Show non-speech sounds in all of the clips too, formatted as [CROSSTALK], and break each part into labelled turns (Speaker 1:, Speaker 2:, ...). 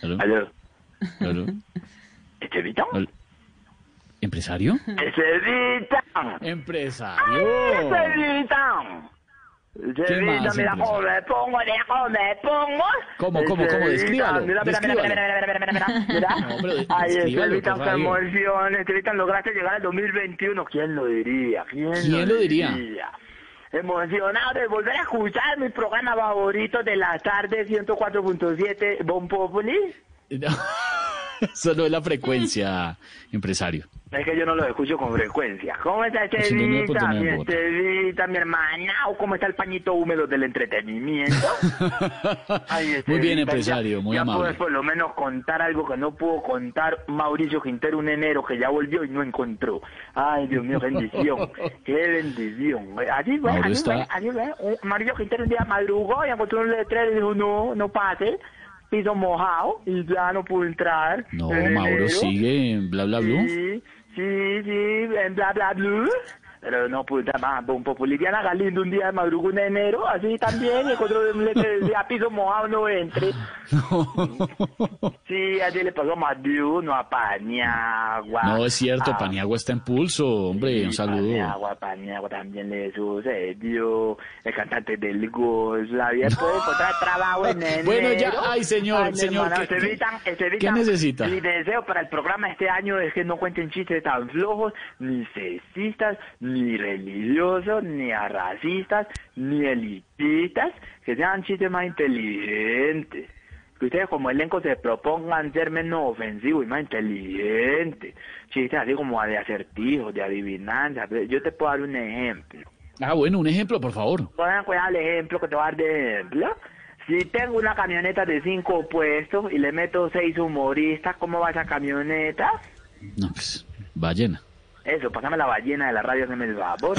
Speaker 1: Claro.
Speaker 2: Aló.
Speaker 1: Claro.
Speaker 2: ¿Estevita?
Speaker 1: Al- ¿Empresario?
Speaker 2: ¡Estevita!
Speaker 1: ¡Empresario!
Speaker 2: ¡Estevita! Estevita,
Speaker 1: más,
Speaker 2: mira cómo me pongo, mira cómo me pongo.
Speaker 1: ¿Cómo, cómo, cómo?
Speaker 2: Estevita,
Speaker 1: Descríbalo,
Speaker 2: Mira, mira, mira,
Speaker 1: descríbalo.
Speaker 2: mira, mira, mira, mira, mira, mira.
Speaker 1: No, pero de-
Speaker 2: Ay,
Speaker 1: descríbalo,
Speaker 2: Estevita,
Speaker 1: por
Speaker 2: qué
Speaker 1: radio.
Speaker 2: emoción. Estevita, lograste llegar al 2021. ¿Quién lo diría? ¿Quién,
Speaker 1: ¿Quién lo diría?
Speaker 2: Emocionado de volver a escuchar mi programa favorito de la tarde 104.7 Bon Populi.
Speaker 1: [LAUGHS] Solo es la frecuencia, empresario.
Speaker 2: Es que yo no los escucho con frecuencia. ¿Cómo está
Speaker 1: Pues
Speaker 2: Estevita?
Speaker 1: 89.9
Speaker 2: Mi
Speaker 1: en Bogotá.
Speaker 2: Estevita, mi hermana. ¿O ¿Cómo está el pañito húmedo
Speaker 1: [LAUGHS]
Speaker 2: del entretenimiento? Ay,
Speaker 1: muy
Speaker 2: Estevita,
Speaker 1: bien,
Speaker 2: ya-
Speaker 1: empresario, muy
Speaker 2: ya
Speaker 1: amable.
Speaker 2: puedes por lo menos contar algo que no pudo contar Mauricio Quintero un enero que ya volvió y no encontró. Ay, Dios mío, qué
Speaker 1: [LAUGHS]
Speaker 2: bendición. qué bendición. Así fue,
Speaker 1: Mauro
Speaker 2: así fue,
Speaker 1: está-
Speaker 2: así fue. Eh, Mauricio Quintero un día madrugó y encontró un letrero y dijo, no, no pase. Piso mojado y ya no pudo entrar.
Speaker 1: No,
Speaker 2: en
Speaker 1: Mauro
Speaker 2: enero.
Speaker 1: sigue en bla bla bla.
Speaker 2: Sí, sí, sí, en bla bla bla. Pero no pues, puta más, un Diana Galindo un día de madrugada en enero, así también, y encontró un letrero de a piso mojado
Speaker 1: [LAUGHS]
Speaker 2: no entre.
Speaker 1: No.
Speaker 2: Sí, así le pasó más de uno a Paniagua.
Speaker 1: No, es cierto,
Speaker 2: Ah,
Speaker 1: Paniagua está en pulso, hombre, un
Speaker 2: sí,
Speaker 1: saludo.
Speaker 2: Paniagua, Paniagua también le sucedió. El cantante del Ghost, la vida pues, puede encontrar trabajo en enero.
Speaker 1: [LAUGHS] Bueno, ya, ay, señor,
Speaker 2: mi
Speaker 1: señor,
Speaker 2: hermana,
Speaker 1: ¿qué-
Speaker 2: se evitan- se
Speaker 1: qué
Speaker 2: evitan.
Speaker 1: necesita?
Speaker 2: Mi deseo para el programa este año es que no cuenten chistes tan flojos, ni sexistas, ni religiosos, ni a racistas, ni elitistas, que sean chistes más inteligentes. Que ustedes como elenco se propongan ser menos ofensivos y más inteligentes. Chistes así como de acertijos, de adivinanzas. Yo te puedo dar un ejemplo.
Speaker 1: Ah, bueno, un ejemplo, por favor.
Speaker 2: Pongan cuidado al ejemplo que te voy a dar de ejemplo. Si tengo una camioneta de cinco puestos y le meto seis humoristas, ¿cómo va esa camioneta?
Speaker 1: No, pues, ballena.
Speaker 2: Eso, pásame la ballena de la radio, que me el favor.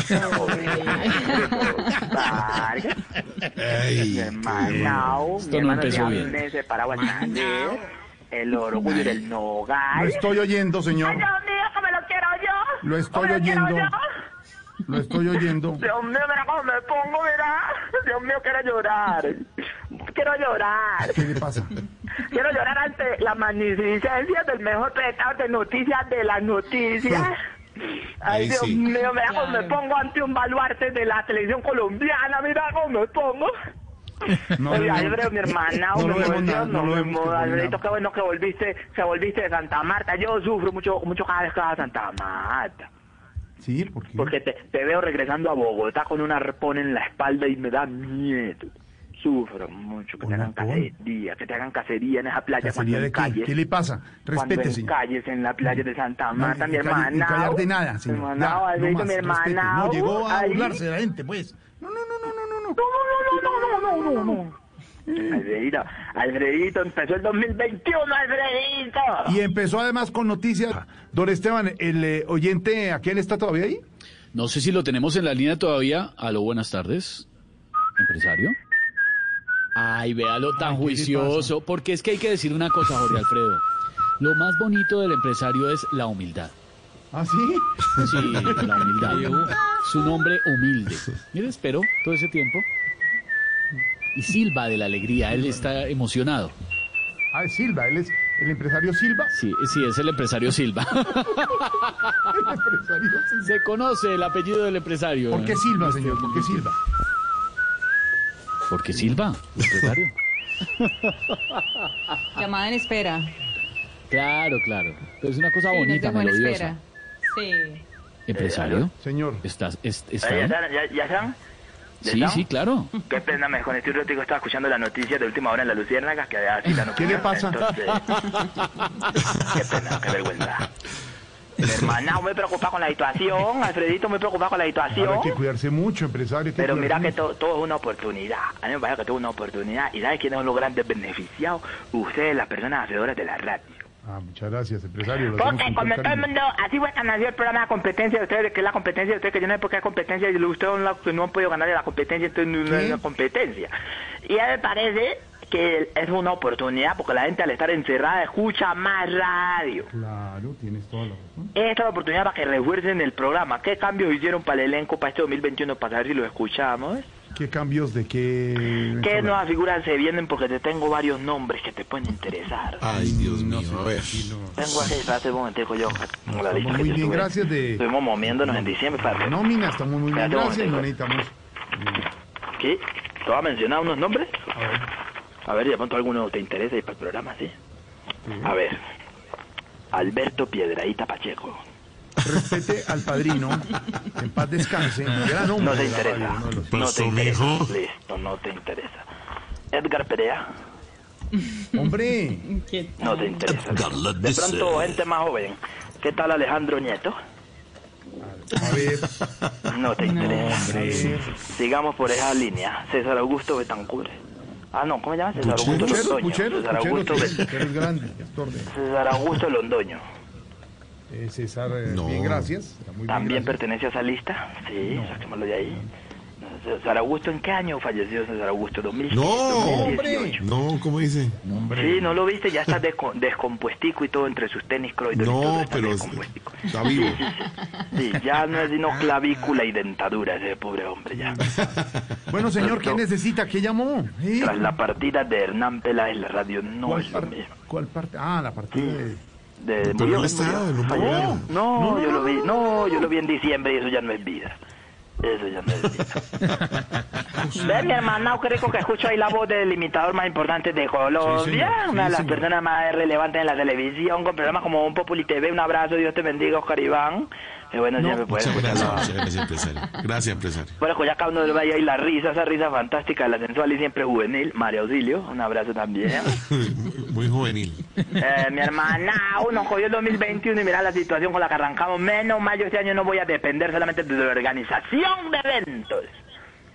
Speaker 2: Vale. Mi hermanao,
Speaker 1: Esto
Speaker 2: mi
Speaker 1: no
Speaker 2: hermano
Speaker 1: empezó
Speaker 2: se
Speaker 1: bien.
Speaker 2: abre ese paraguas grande, el orgullo del
Speaker 3: Lo
Speaker 2: nogal.
Speaker 3: estoy oyendo, señor.
Speaker 2: Ay, Dios mío, que me lo quiero yo.
Speaker 3: Lo estoy
Speaker 2: Que me quiero
Speaker 3: oyendo.
Speaker 2: yo.
Speaker 3: Lo
Speaker 2: [LAUGHS]
Speaker 3: estoy oyendo.
Speaker 2: Dios mío, mira cómo me pongo, mira. Dios mío, quiero llorar. Quiero llorar.
Speaker 3: ¿Qué le pasa?
Speaker 2: Quiero llorar ante la magnificencia del mejor tratado de noticias de las noticias. Ay,
Speaker 4: Ahí
Speaker 2: Dios
Speaker 4: sí.
Speaker 2: mío, mira cómo
Speaker 5: Claro.
Speaker 2: me pongo ante un baluarte de la televisión colombiana. Mira cómo me pongo.
Speaker 3: No,
Speaker 2: Oye,
Speaker 3: no, no.
Speaker 2: Alfredo, mi hermana,
Speaker 3: No
Speaker 2: me
Speaker 3: lo vemos
Speaker 2: emociono,
Speaker 3: nada, no lo
Speaker 2: me
Speaker 3: vemos,
Speaker 2: emociono.
Speaker 3: Carolina.
Speaker 2: Alfredito, qué bueno que volviste, que volviste de Santa Marta. Yo sufro mucho, mucho cada vez que vas a Santa Marta.
Speaker 3: Sí, ¿por qué?
Speaker 2: Porque te, te veo regresando a Bogotá con un arpón en la espalda y me da miedo. Sufro mucho que te
Speaker 3: ¿Un
Speaker 2: hagan
Speaker 3: arpón?
Speaker 2: cacería, que te hagan cacería en esa playa
Speaker 3: ¿Cacería
Speaker 2: cuando
Speaker 3: de
Speaker 2: en
Speaker 3: qué?
Speaker 2: calles.
Speaker 3: ¿Qué le pasa?
Speaker 2: cuando
Speaker 3: Respete,
Speaker 2: en
Speaker 3: señor.
Speaker 2: calles en la playa de Santa
Speaker 3: No,
Speaker 2: Marta,
Speaker 3: en
Speaker 2: mi
Speaker 3: calle- en
Speaker 2: hermana. uh,
Speaker 3: callar de nada,
Speaker 2: Mi
Speaker 3: señor.
Speaker 2: hermana,
Speaker 3: Ya, no
Speaker 2: Alberto,
Speaker 3: más,
Speaker 2: mi
Speaker 3: respete.
Speaker 2: hermana. uh,
Speaker 3: No llegó a
Speaker 2: ahí.
Speaker 3: burlarse de la gente, pues. No, no, no, no, no, no,
Speaker 2: No,
Speaker 3: no.
Speaker 2: no, no, no, no, no, no. Alfredito, Alfredito, empezó el 2021, Alfredito.
Speaker 3: Y empezó además con noticias. Don Esteban, el eh, oyente, ¿aquel está todavía ahí?
Speaker 1: No sé si lo tenemos en la línea todavía. Aló, buenas tardes. Empresario. Ay, véalo tan
Speaker 3: Ay, ¿qué le
Speaker 1: juicioso. Porque es que hay que decir una cosa, Jorge Alfredo. Lo más bonito del empresario es la humildad.
Speaker 3: ¿Ah, sí?
Speaker 1: Sí, la
Speaker 3: [LAUGHS]
Speaker 1: humildad. Su nombre humilde. Mire, esperó todo ese tiempo. Y silba de la alegría. Él está emocionado.
Speaker 3: Ah, es Silva, él es el empresario Silva.
Speaker 1: Sí, sí, es el empresario Silva. [LAUGHS]
Speaker 3: El empresario Silva.
Speaker 1: Se conoce el apellido del empresario.
Speaker 3: ¿Por qué Silva, señor? ¿Por qué Silva?
Speaker 1: Porque Silva, empresario.
Speaker 5: Llamada en espera.
Speaker 1: Claro, claro. Pero es una cosa
Speaker 5: Sí, nos
Speaker 1: bonita,
Speaker 5: dejó en
Speaker 1: melodiosa.
Speaker 5: espera. Sí.
Speaker 1: Empresario,
Speaker 3: Señor.
Speaker 1: ¿estás? est-
Speaker 2: Ahí, ¿Ya
Speaker 1: ¿Está?
Speaker 2: están? ¿Ya, ya están? ¿Ya
Speaker 1: Sí,
Speaker 2: están?
Speaker 1: sí, claro.
Speaker 2: Qué pena, me desconecté un ratito, estaba escuchando la noticia de última hora en la Luciérnaga, que así la
Speaker 3: ¿Qué le pasa?
Speaker 2: qué pena, qué vergüenza. Mi hermana muy preocupada con la situación, Alfredito muy preocupado con la
Speaker 3: Ahora hay que
Speaker 2: situación.
Speaker 3: cuidarse mucho, empresario. hay
Speaker 2: Pero mira que
Speaker 3: cuidarse
Speaker 2: to- todo es una oportunidad. A mí me parece que todo es una oportunidad. ¿Y sabes quiénes son los grandes beneficiados? Ustedes, las personas hacedoras de la radio.
Speaker 3: mucho. Ah, muchas gracias, empresario. lo hacemos
Speaker 2: Porque
Speaker 3: con
Speaker 2: como
Speaker 3: todo
Speaker 2: todo el
Speaker 3: cariño.
Speaker 2: mundo, así fue que nació el programa de competencia de ustedes, que es la competencia de ustedes, que yo no sé por qué hay competencia, y ustedes no, la- no han podido ganar de la competencia, entonces no, no
Speaker 3: ¿Qué?
Speaker 2: es una competencia. Y a mí me parece que es una oportunidad, porque la gente al estar encerrada escucha más radio.
Speaker 3: Claro, tienes toda la razón.
Speaker 2: Esta es la oportunidad para que refuercen el programa. ¿Qué cambios hicieron para el elenco para este 2021 para saber si lo escuchamos?
Speaker 3: ¿Qué cambios de qué?
Speaker 2: ¿Qué nuevas figuras se vienen? Porque te tengo varios nombres que te pueden interesar.
Speaker 3: Ah.
Speaker 4: Ay, Dios mío, a ver.
Speaker 2: Tengo aquí, espérate un momentico yo. Tengo la lista que
Speaker 3: Estamos Ah, muy
Speaker 2: yo
Speaker 3: bien,
Speaker 2: tuve.
Speaker 3: gracias de
Speaker 2: Estuvimos moviéndonos en diciembre para que...
Speaker 3: nómina, estamos muy bien,
Speaker 2: Espérate un
Speaker 3: gracias, no
Speaker 2: momentico.
Speaker 3: necesitamos.
Speaker 2: ¿Qué? ¿Te voy a mencionar unos nombres? A ver, de pronto alguno te interesa y para el programa, ¿sí? A ver. Alberto Piedraíta Pacheco.
Speaker 3: Respete al padrino, en paz descanse, gran hombre.
Speaker 2: No te interesa. No
Speaker 4: pasó,
Speaker 2: te interesa.
Speaker 4: mijo?
Speaker 2: Listo, no te interesa. Edgar Perea.
Speaker 3: Hombre,
Speaker 5: ¿Qué
Speaker 2: No
Speaker 5: tal?
Speaker 2: te interesa.
Speaker 4: Edgar la
Speaker 2: De
Speaker 4: dice.
Speaker 2: pronto, gente más joven. ¿Qué tal Alejandro Nieto?
Speaker 3: a ver,
Speaker 2: No te interesa. Sigamos por esa línea. César Augusto Betancur. Ah, no, ¿cómo se llama? César Augusto
Speaker 3: puchero,
Speaker 2: Londoño.
Speaker 3: puchero,
Speaker 2: César
Speaker 3: puchero,
Speaker 2: Augusto,
Speaker 3: que-
Speaker 2: Bet-
Speaker 3: que eres grande, actor de
Speaker 2: César Augusto Londoño.
Speaker 3: eh, César, eh,
Speaker 4: No.
Speaker 3: bien, gracias. Muy bien,
Speaker 2: ¿También
Speaker 3: gracias.
Speaker 2: pertenece a esa lista? Sí, saquémoslo de ahí. César Augusto, ¿en qué año falleció César Augusto? ¿2015?
Speaker 4: No,
Speaker 2: 2018.
Speaker 4: No, ¿cómo dice?
Speaker 2: Sí, ¿no lo viste? Ya está desco- descompuestico y todo entre sus tenis croidos. y todo
Speaker 4: No,
Speaker 2: está
Speaker 4: pero es-
Speaker 2: descompuestico.
Speaker 4: está vivo.
Speaker 2: Sí, ya no es
Speaker 3: [LAUGHS] Ah.
Speaker 2: sino clavícula y dentadura ese pobre hombre ya.
Speaker 3: Bueno, señor, ¿qué
Speaker 2: No.
Speaker 3: necesita? ¿Qué llamó? ¿Eh?
Speaker 2: Tras la partida de Hernán Peláez, la radio no
Speaker 3: ¿Cuál,
Speaker 2: es lo
Speaker 3: par-
Speaker 2: mismo.
Speaker 3: cuál parte? Ah, la partida de...
Speaker 2: De-
Speaker 4: Pero
Speaker 2: murió,
Speaker 4: no está,
Speaker 2: murió.
Speaker 4: no
Speaker 2: Falleció.
Speaker 4: pagaron.
Speaker 2: No, yo lo vi, no, yo lo vi en diciembre y eso ya no es vida. Eso ya no es vida. Ve mi hermano, qué rico que escucho ahí la voz del imitador más importante de Colombia,
Speaker 3: señor.
Speaker 2: una de
Speaker 3: Sí,
Speaker 2: las
Speaker 3: señor.
Speaker 2: personas más relevantes en la televisión, con programas como Un Populi TV, un abrazo, Dios te bendiga, Oscar Iván. Y [LAUGHS] bueno, siempre puedes escuchar
Speaker 4: Muchas gracias,
Speaker 2: la-
Speaker 4: muchas gracias, empresario. Gracias, empresario. [LAUGHS]
Speaker 2: Bueno, pues ya cada uno le va ahí la risa, esa risa fantástica, la sensual y siempre juvenil. María Auxilio, un abrazo también.
Speaker 4: Muy juvenil.
Speaker 2: Eh, mi hermana, uno cogió el 2021 y mira la situación con la que arrancamos. Menos mal, yo este año no voy a depender solamente de la organización de eventos.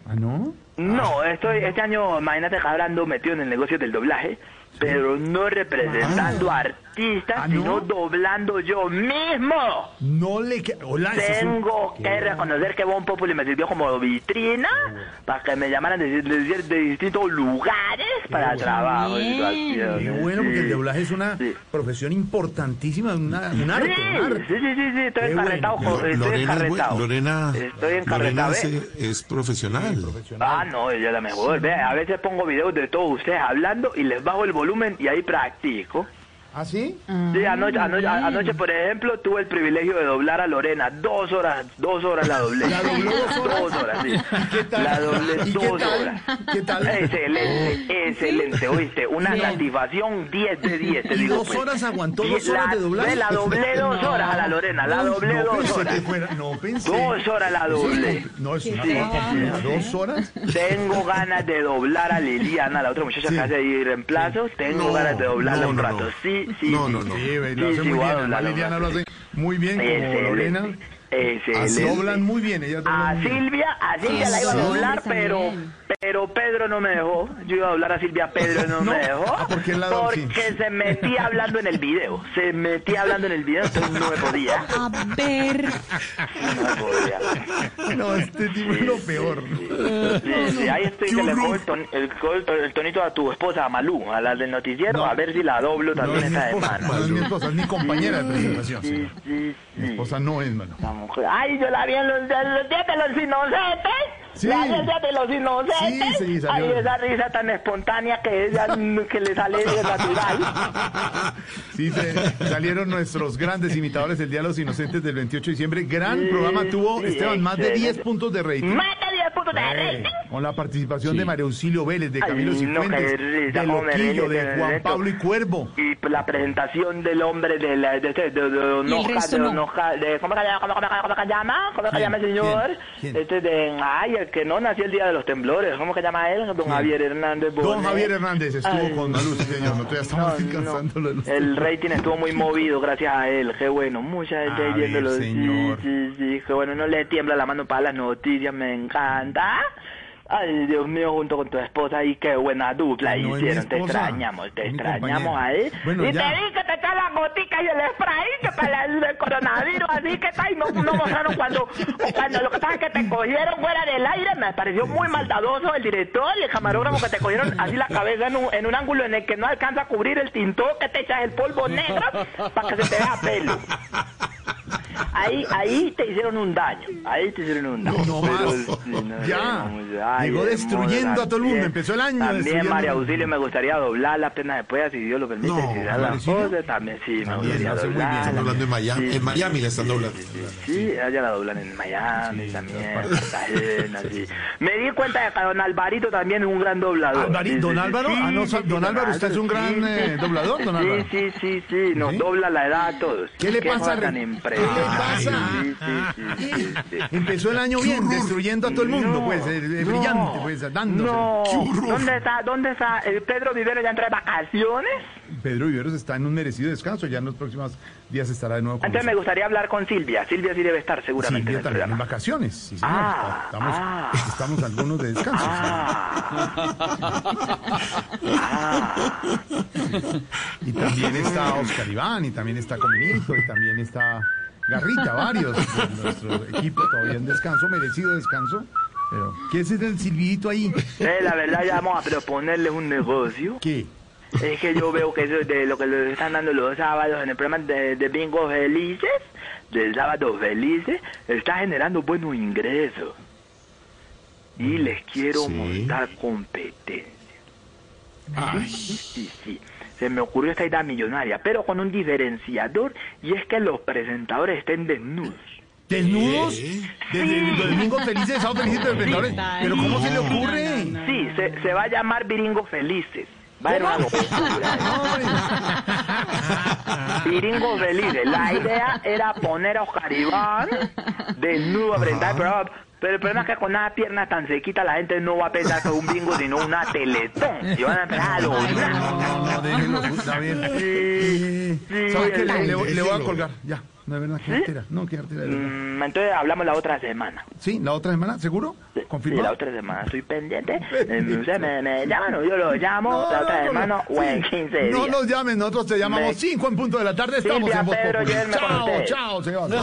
Speaker 3: ¿Ah, no?
Speaker 2: No,
Speaker 3: Ah.
Speaker 2: estoy, este año, imagínate que hablando metido en el negocio del doblaje, pero no representando a artistas,
Speaker 3: Ah, ¿no?
Speaker 2: sino doblando yo mismo.
Speaker 3: No le... que- Hola, ese es un-
Speaker 2: Tengo que reconocer que Bon Populi me sirvió como vitrina para que me llamaran de, de- de distintos lugares para
Speaker 3: bueno.
Speaker 2: trabajo y
Speaker 5: Bien.
Speaker 2: situaciones.
Speaker 3: Qué bueno, porque el
Speaker 2: Sí.
Speaker 3: doblaje es una
Speaker 2: Sí.
Speaker 3: profesión importantísima, una, un arte, un
Speaker 2: Sí,
Speaker 3: arte.
Speaker 2: sí, sí, sí, sí, estoy
Speaker 3: Qué
Speaker 2: encarretado.
Speaker 3: bueno.
Speaker 2: con-
Speaker 4: Lo-
Speaker 2: Estoy
Speaker 4: Lorena, es
Speaker 2: encarretado.
Speaker 4: buen- Lorena,
Speaker 2: Estoy
Speaker 4: Lorena
Speaker 2: encarretado. ¿eh?
Speaker 4: es,
Speaker 2: [LAUGHS]
Speaker 4: es profesional. [LAUGHS]
Speaker 2: Ah, no, ella es la mejor. Ve, a veces pongo videos de todos ustedes hablando y les bajo el volumen y ahí practico.
Speaker 3: ¿Ah, sí?
Speaker 2: Sí, anoche,
Speaker 3: Ah.
Speaker 2: anoche, anoche, por ejemplo, tuve el privilegio de doblar a Lorena. Dos horas, dos horas la doblé.
Speaker 3: ¿La dobló dos horas?
Speaker 2: sí.
Speaker 3: ¿Y qué tal?
Speaker 2: La doblé
Speaker 3: ¿Y qué
Speaker 2: dos
Speaker 3: tal?
Speaker 2: horas.
Speaker 3: ¿Qué tal? Oh.
Speaker 2: Excelente, excelente, oíste. Una
Speaker 5: Bien.
Speaker 2: satisfacción 10 de 10, te
Speaker 3: ¿Y
Speaker 2: digo.
Speaker 3: dos
Speaker 2: pues.
Speaker 3: horas aguantó,
Speaker 2: Diez-
Speaker 3: dos horas
Speaker 2: la-
Speaker 3: de doblaje?
Speaker 2: ve, La doblé dos horas a la Lorena, la doblé
Speaker 3: [LAUGHS] no
Speaker 2: dos
Speaker 3: pensé
Speaker 2: horas.
Speaker 3: que fuera- no pensé.
Speaker 2: Dos horas la doblé.
Speaker 3: No, es una
Speaker 5: Sí.
Speaker 3: cosa complicada. ¿Dos horas?
Speaker 2: Tengo ganas de doblar a Liliana, la otra muchacha
Speaker 3: Sí.
Speaker 2: que hace ahí reemplazo. Tengo
Speaker 4: No,
Speaker 2: ganas de doblarla
Speaker 4: no,
Speaker 2: un
Speaker 4: no,
Speaker 2: rato.
Speaker 4: no.
Speaker 2: Sí, sí.
Speaker 4: No,
Speaker 2: sí.
Speaker 4: no, no.
Speaker 3: Sí, ve, lo
Speaker 2: Sí,
Speaker 3: hace
Speaker 2: sí,
Speaker 3: muy
Speaker 2: voy a
Speaker 3: bien.
Speaker 2: doblarla,
Speaker 3: además Liliana lo hace
Speaker 2: doblarla.
Speaker 3: muy bien, como Lorena. Ah,
Speaker 2: Excelente. Excelente.
Speaker 3: Doblan muy bien, ellas
Speaker 2: A
Speaker 3: doblan muy bien.
Speaker 2: Silvia, a Silvia la iba a
Speaker 5: Eso.
Speaker 2: doblar,
Speaker 5: Hombres
Speaker 2: pero,
Speaker 5: también.
Speaker 2: pero Pedro no me dejó. Yo iba a doblar a Silvia, Pedro no,
Speaker 3: [LAUGHS] No.
Speaker 2: me dejó.
Speaker 3: Ah, ¿por qué la dobló? Sí.
Speaker 2: porque se metía hablando en el video. Se metía hablando en el video, entonces no me podía.
Speaker 5: A ver.
Speaker 2: No me podía.
Speaker 3: [LAUGHS] No, este tipo es lo peor.
Speaker 2: Sí, sí, ahí estoy que le cojo el, ton- el, co- el tonito a tu esposa, a Malú, a la del noticiero,
Speaker 3: No.
Speaker 2: a ver si la doblo
Speaker 3: No
Speaker 2: también
Speaker 3: es mi
Speaker 2: esta
Speaker 3: esposa,
Speaker 2: semana.
Speaker 3: no es mi esposa, es mi compañera de presentación,
Speaker 2: Sí,
Speaker 3: señor.
Speaker 2: sí,
Speaker 3: Mi
Speaker 2: sí.
Speaker 3: esposa no es, mano.
Speaker 2: La mujer. Ay, yo la vi en los, en los días de los inocentes.
Speaker 3: Sí.
Speaker 2: La risa de los inocentes.
Speaker 3: Sí, sí, salió.
Speaker 2: Ay, esa risa tan espontánea que ella que le sale de
Speaker 3: [LAUGHS]
Speaker 2: natural.
Speaker 3: Sí, se- salieron nuestros grandes imitadores del Día de los Inocentes del 28 de diciembre. Gran programa tuvo,
Speaker 2: sí,
Speaker 3: Esteban, más de 10
Speaker 2: excelente.
Speaker 3: puntos de rating.
Speaker 2: Más de 10 puntos de
Speaker 3: Eh,
Speaker 2: rating.
Speaker 3: Con la participación de María Auxilio Vélez, de
Speaker 2: Ay,
Speaker 3: Camilo
Speaker 2: no,
Speaker 3: Cifuentes,
Speaker 2: qué risa,
Speaker 3: de
Speaker 2: cómo me
Speaker 3: Loquillo,
Speaker 2: ríe,
Speaker 3: de
Speaker 2: qué
Speaker 3: Juan
Speaker 2: reto.
Speaker 3: Pablo y Cuervo.
Speaker 2: Y la presentación del hombre de la de este de, de, Don
Speaker 5: Y el
Speaker 2: Oscar,
Speaker 5: resto
Speaker 2: de
Speaker 5: no.
Speaker 2: Don Oscar, de- ¿cómo que llama? ¿Cómo que llama? ¿Cómo que llama? ¿Cómo que
Speaker 3: ¿Quién?
Speaker 2: llama el señor?
Speaker 3: ¿Quién? ¿Quién?
Speaker 2: Este de ay, el que no nació el día de los temblores, ¿cómo que llama él? Don Javier Hernández
Speaker 3: Don
Speaker 2: Bonet.
Speaker 3: Javier Hernández estuvo
Speaker 2: Ay,
Speaker 3: con Malú, sí, señor. Nosotros ya estamos
Speaker 2: No, no.
Speaker 3: descansándolo de los-
Speaker 2: El rating estuvo muy movido gracias a él. Qué bueno, mucha gente
Speaker 3: A ver,
Speaker 2: viéndolo.
Speaker 3: señor.
Speaker 2: Sí, sí, sí. Qué bueno, no le tiembla la mano para las noticias, me encanta. Ay, Dios mío, junto con tu esposa y qué buena dupla
Speaker 3: No, es mi
Speaker 2: hicieron. Te
Speaker 3: esposa,
Speaker 2: extrañamos, te
Speaker 3: es mi
Speaker 2: extrañamos
Speaker 3: compañera.
Speaker 2: ahí.
Speaker 3: Bueno,
Speaker 2: y
Speaker 3: ya.
Speaker 2: te di que te echas la gotica y el spray que para el del coronavirus, así que está, y no, no mostraron cuando, cuando lo que pasa es que te cogieron fuera del aire, me pareció muy maldadoso el director, el camarógrafo que te cogieron así la cabeza en un, en un ángulo en el que no alcanza a cubrir el tintor que te echas el polvo negro para que se te vea pelo. Ahí, ahí te hicieron un daño. Ahí te hicieron un daño.
Speaker 3: No, no
Speaker 2: Pero
Speaker 3: más.
Speaker 2: sí, no,
Speaker 3: Ya.
Speaker 2: no, ay,
Speaker 3: Llegó
Speaker 2: hermoso,
Speaker 3: destruyendo a todo el mundo.
Speaker 2: también.
Speaker 3: Empezó el año
Speaker 2: También,
Speaker 3: destruyendo
Speaker 2: María
Speaker 3: el mundo.
Speaker 2: Auxilio, me gustaría doblarla apenas después, si Dios lo permite.
Speaker 4: No,
Speaker 2: si da
Speaker 3: María
Speaker 2: la
Speaker 3: Auxilio.
Speaker 2: cosa, también, sí, me
Speaker 3: También,
Speaker 2: gustaría
Speaker 3: lo hace muy bien.
Speaker 2: doblarla.
Speaker 4: Están hablando en Miami.
Speaker 2: Sí,
Speaker 4: En Miami la están doblando.
Speaker 2: Sí, sí, sí, allá la doblan en Miami también, en Cartagena,
Speaker 4: [LAUGHS]
Speaker 2: sí. Me di cuenta de que don Alvarito también es un gran doblador.
Speaker 3: Alvari-
Speaker 2: Sí, sí,
Speaker 3: ¿Don
Speaker 2: sí.
Speaker 3: Álvaro?
Speaker 2: Sí,
Speaker 3: Ah, no,
Speaker 2: sí,
Speaker 3: son-
Speaker 2: sí,
Speaker 3: don Álvaro, usted es un gran,
Speaker 2: sí,
Speaker 3: eh,
Speaker 2: sí.
Speaker 3: doblador, don
Speaker 2: Sí,
Speaker 3: Álvaro.
Speaker 2: Sí, sí, sí, nos
Speaker 3: ¿Sí?
Speaker 2: dobla la edad a todos.
Speaker 3: ¿Qué le pasa,
Speaker 2: cosa
Speaker 3: Re-
Speaker 2: tan
Speaker 3: ¿Qué le
Speaker 2: impresionante?
Speaker 3: pasa?
Speaker 2: Sí, sí, sí, sí, sí.
Speaker 3: Empezó el año bien, destruyendo a [LAUGHS] todo el mundo, pues, eh, eh, brillante, pues, dándose.
Speaker 2: No. ¿Dónde está, dónde está? ¿El Pedro Vivero ya entra de vacaciones?
Speaker 3: Pedro Viveros está en un merecido descanso, ya en los próximos días estará de nuevo con
Speaker 2: Entonces me gustaría hablar con Silvia. Silvia sí debe estar seguramente
Speaker 3: Silvia
Speaker 2: en el
Speaker 3: también en
Speaker 2: programa.
Speaker 3: vacaciones. sí, señor.
Speaker 2: Ah,
Speaker 3: estamos,
Speaker 2: ah.
Speaker 3: estamos algunos de descanso.
Speaker 2: [LAUGHS] Ah.
Speaker 3: sí. Y también está Oscar Iván, y también está Cominito, y también está Garrita, varios de nuestro equipo todavía en descanso, merecido descanso. Pero, ¿qué es el silbidito ahí?
Speaker 2: Eh, la verdad ya vamos a proponerles un negocio.
Speaker 3: ¿Qué?
Speaker 2: Es que yo veo que eso es de lo que les están dando los sábados en el programa de, de Bingo Felices, del sábado felices, está generando buenos ingresos. Y les quiero
Speaker 4: Sí.
Speaker 2: montar competencia.
Speaker 4: Ay,
Speaker 2: Sí, sí. Se me ocurrió esta idea millonaria, pero con un diferenciador y es que los presentadores estén desnudos.
Speaker 3: ¿Desnudos?
Speaker 4: ¿Qué?
Speaker 3: Desde el domingo feliz, de sábado feliz, pero vendedores. ¿Pero cómo se le
Speaker 4: No.
Speaker 3: ocurre?
Speaker 5: No, no,
Speaker 2: Sí, se, se va a llamar Viringo Felices. Va a ser una locura. Piringo Felices.
Speaker 3: [LAUGHS]
Speaker 2: La idea era poner a Oscar Iván desnudo a presentar el programa. Pero el problema es que con una pierna tan sequita la gente no va a pensar que es un bingo, sino una teletón. Y van a empezar a lograr.
Speaker 3: No, no,
Speaker 2: [LAUGHS]
Speaker 3: déjelo. A ver.
Speaker 2: Sí, sí,
Speaker 3: ¿Sabe qué? Le,
Speaker 2: el-
Speaker 3: le- le voy a
Speaker 4: Déjelo.
Speaker 3: colgar. Ya. De verdad, qué artera. No, qué artera. de verdad.
Speaker 2: Mm, Entonces hablamos la otra semana.
Speaker 3: Sí, la otra semana, ¿seguro?
Speaker 2: Sí, sí, la
Speaker 3: ¿Confirmado?
Speaker 2: otra semana estoy pendiente. Eh, Ustedes me, me llaman o yo lo llamo la otra semana
Speaker 3: no,
Speaker 2: o en
Speaker 3: sí.
Speaker 2: 15 días.
Speaker 3: No nos llamen, nosotros te llamamos
Speaker 2: Me-
Speaker 3: 5 en punto de la tarde. Estamos
Speaker 2: Silvia,
Speaker 3: en Voz
Speaker 2: Pedro,
Speaker 3: Populi.
Speaker 2: llévenme con
Speaker 3: Chao,
Speaker 2: ustedes.
Speaker 3: chao, Sebastián.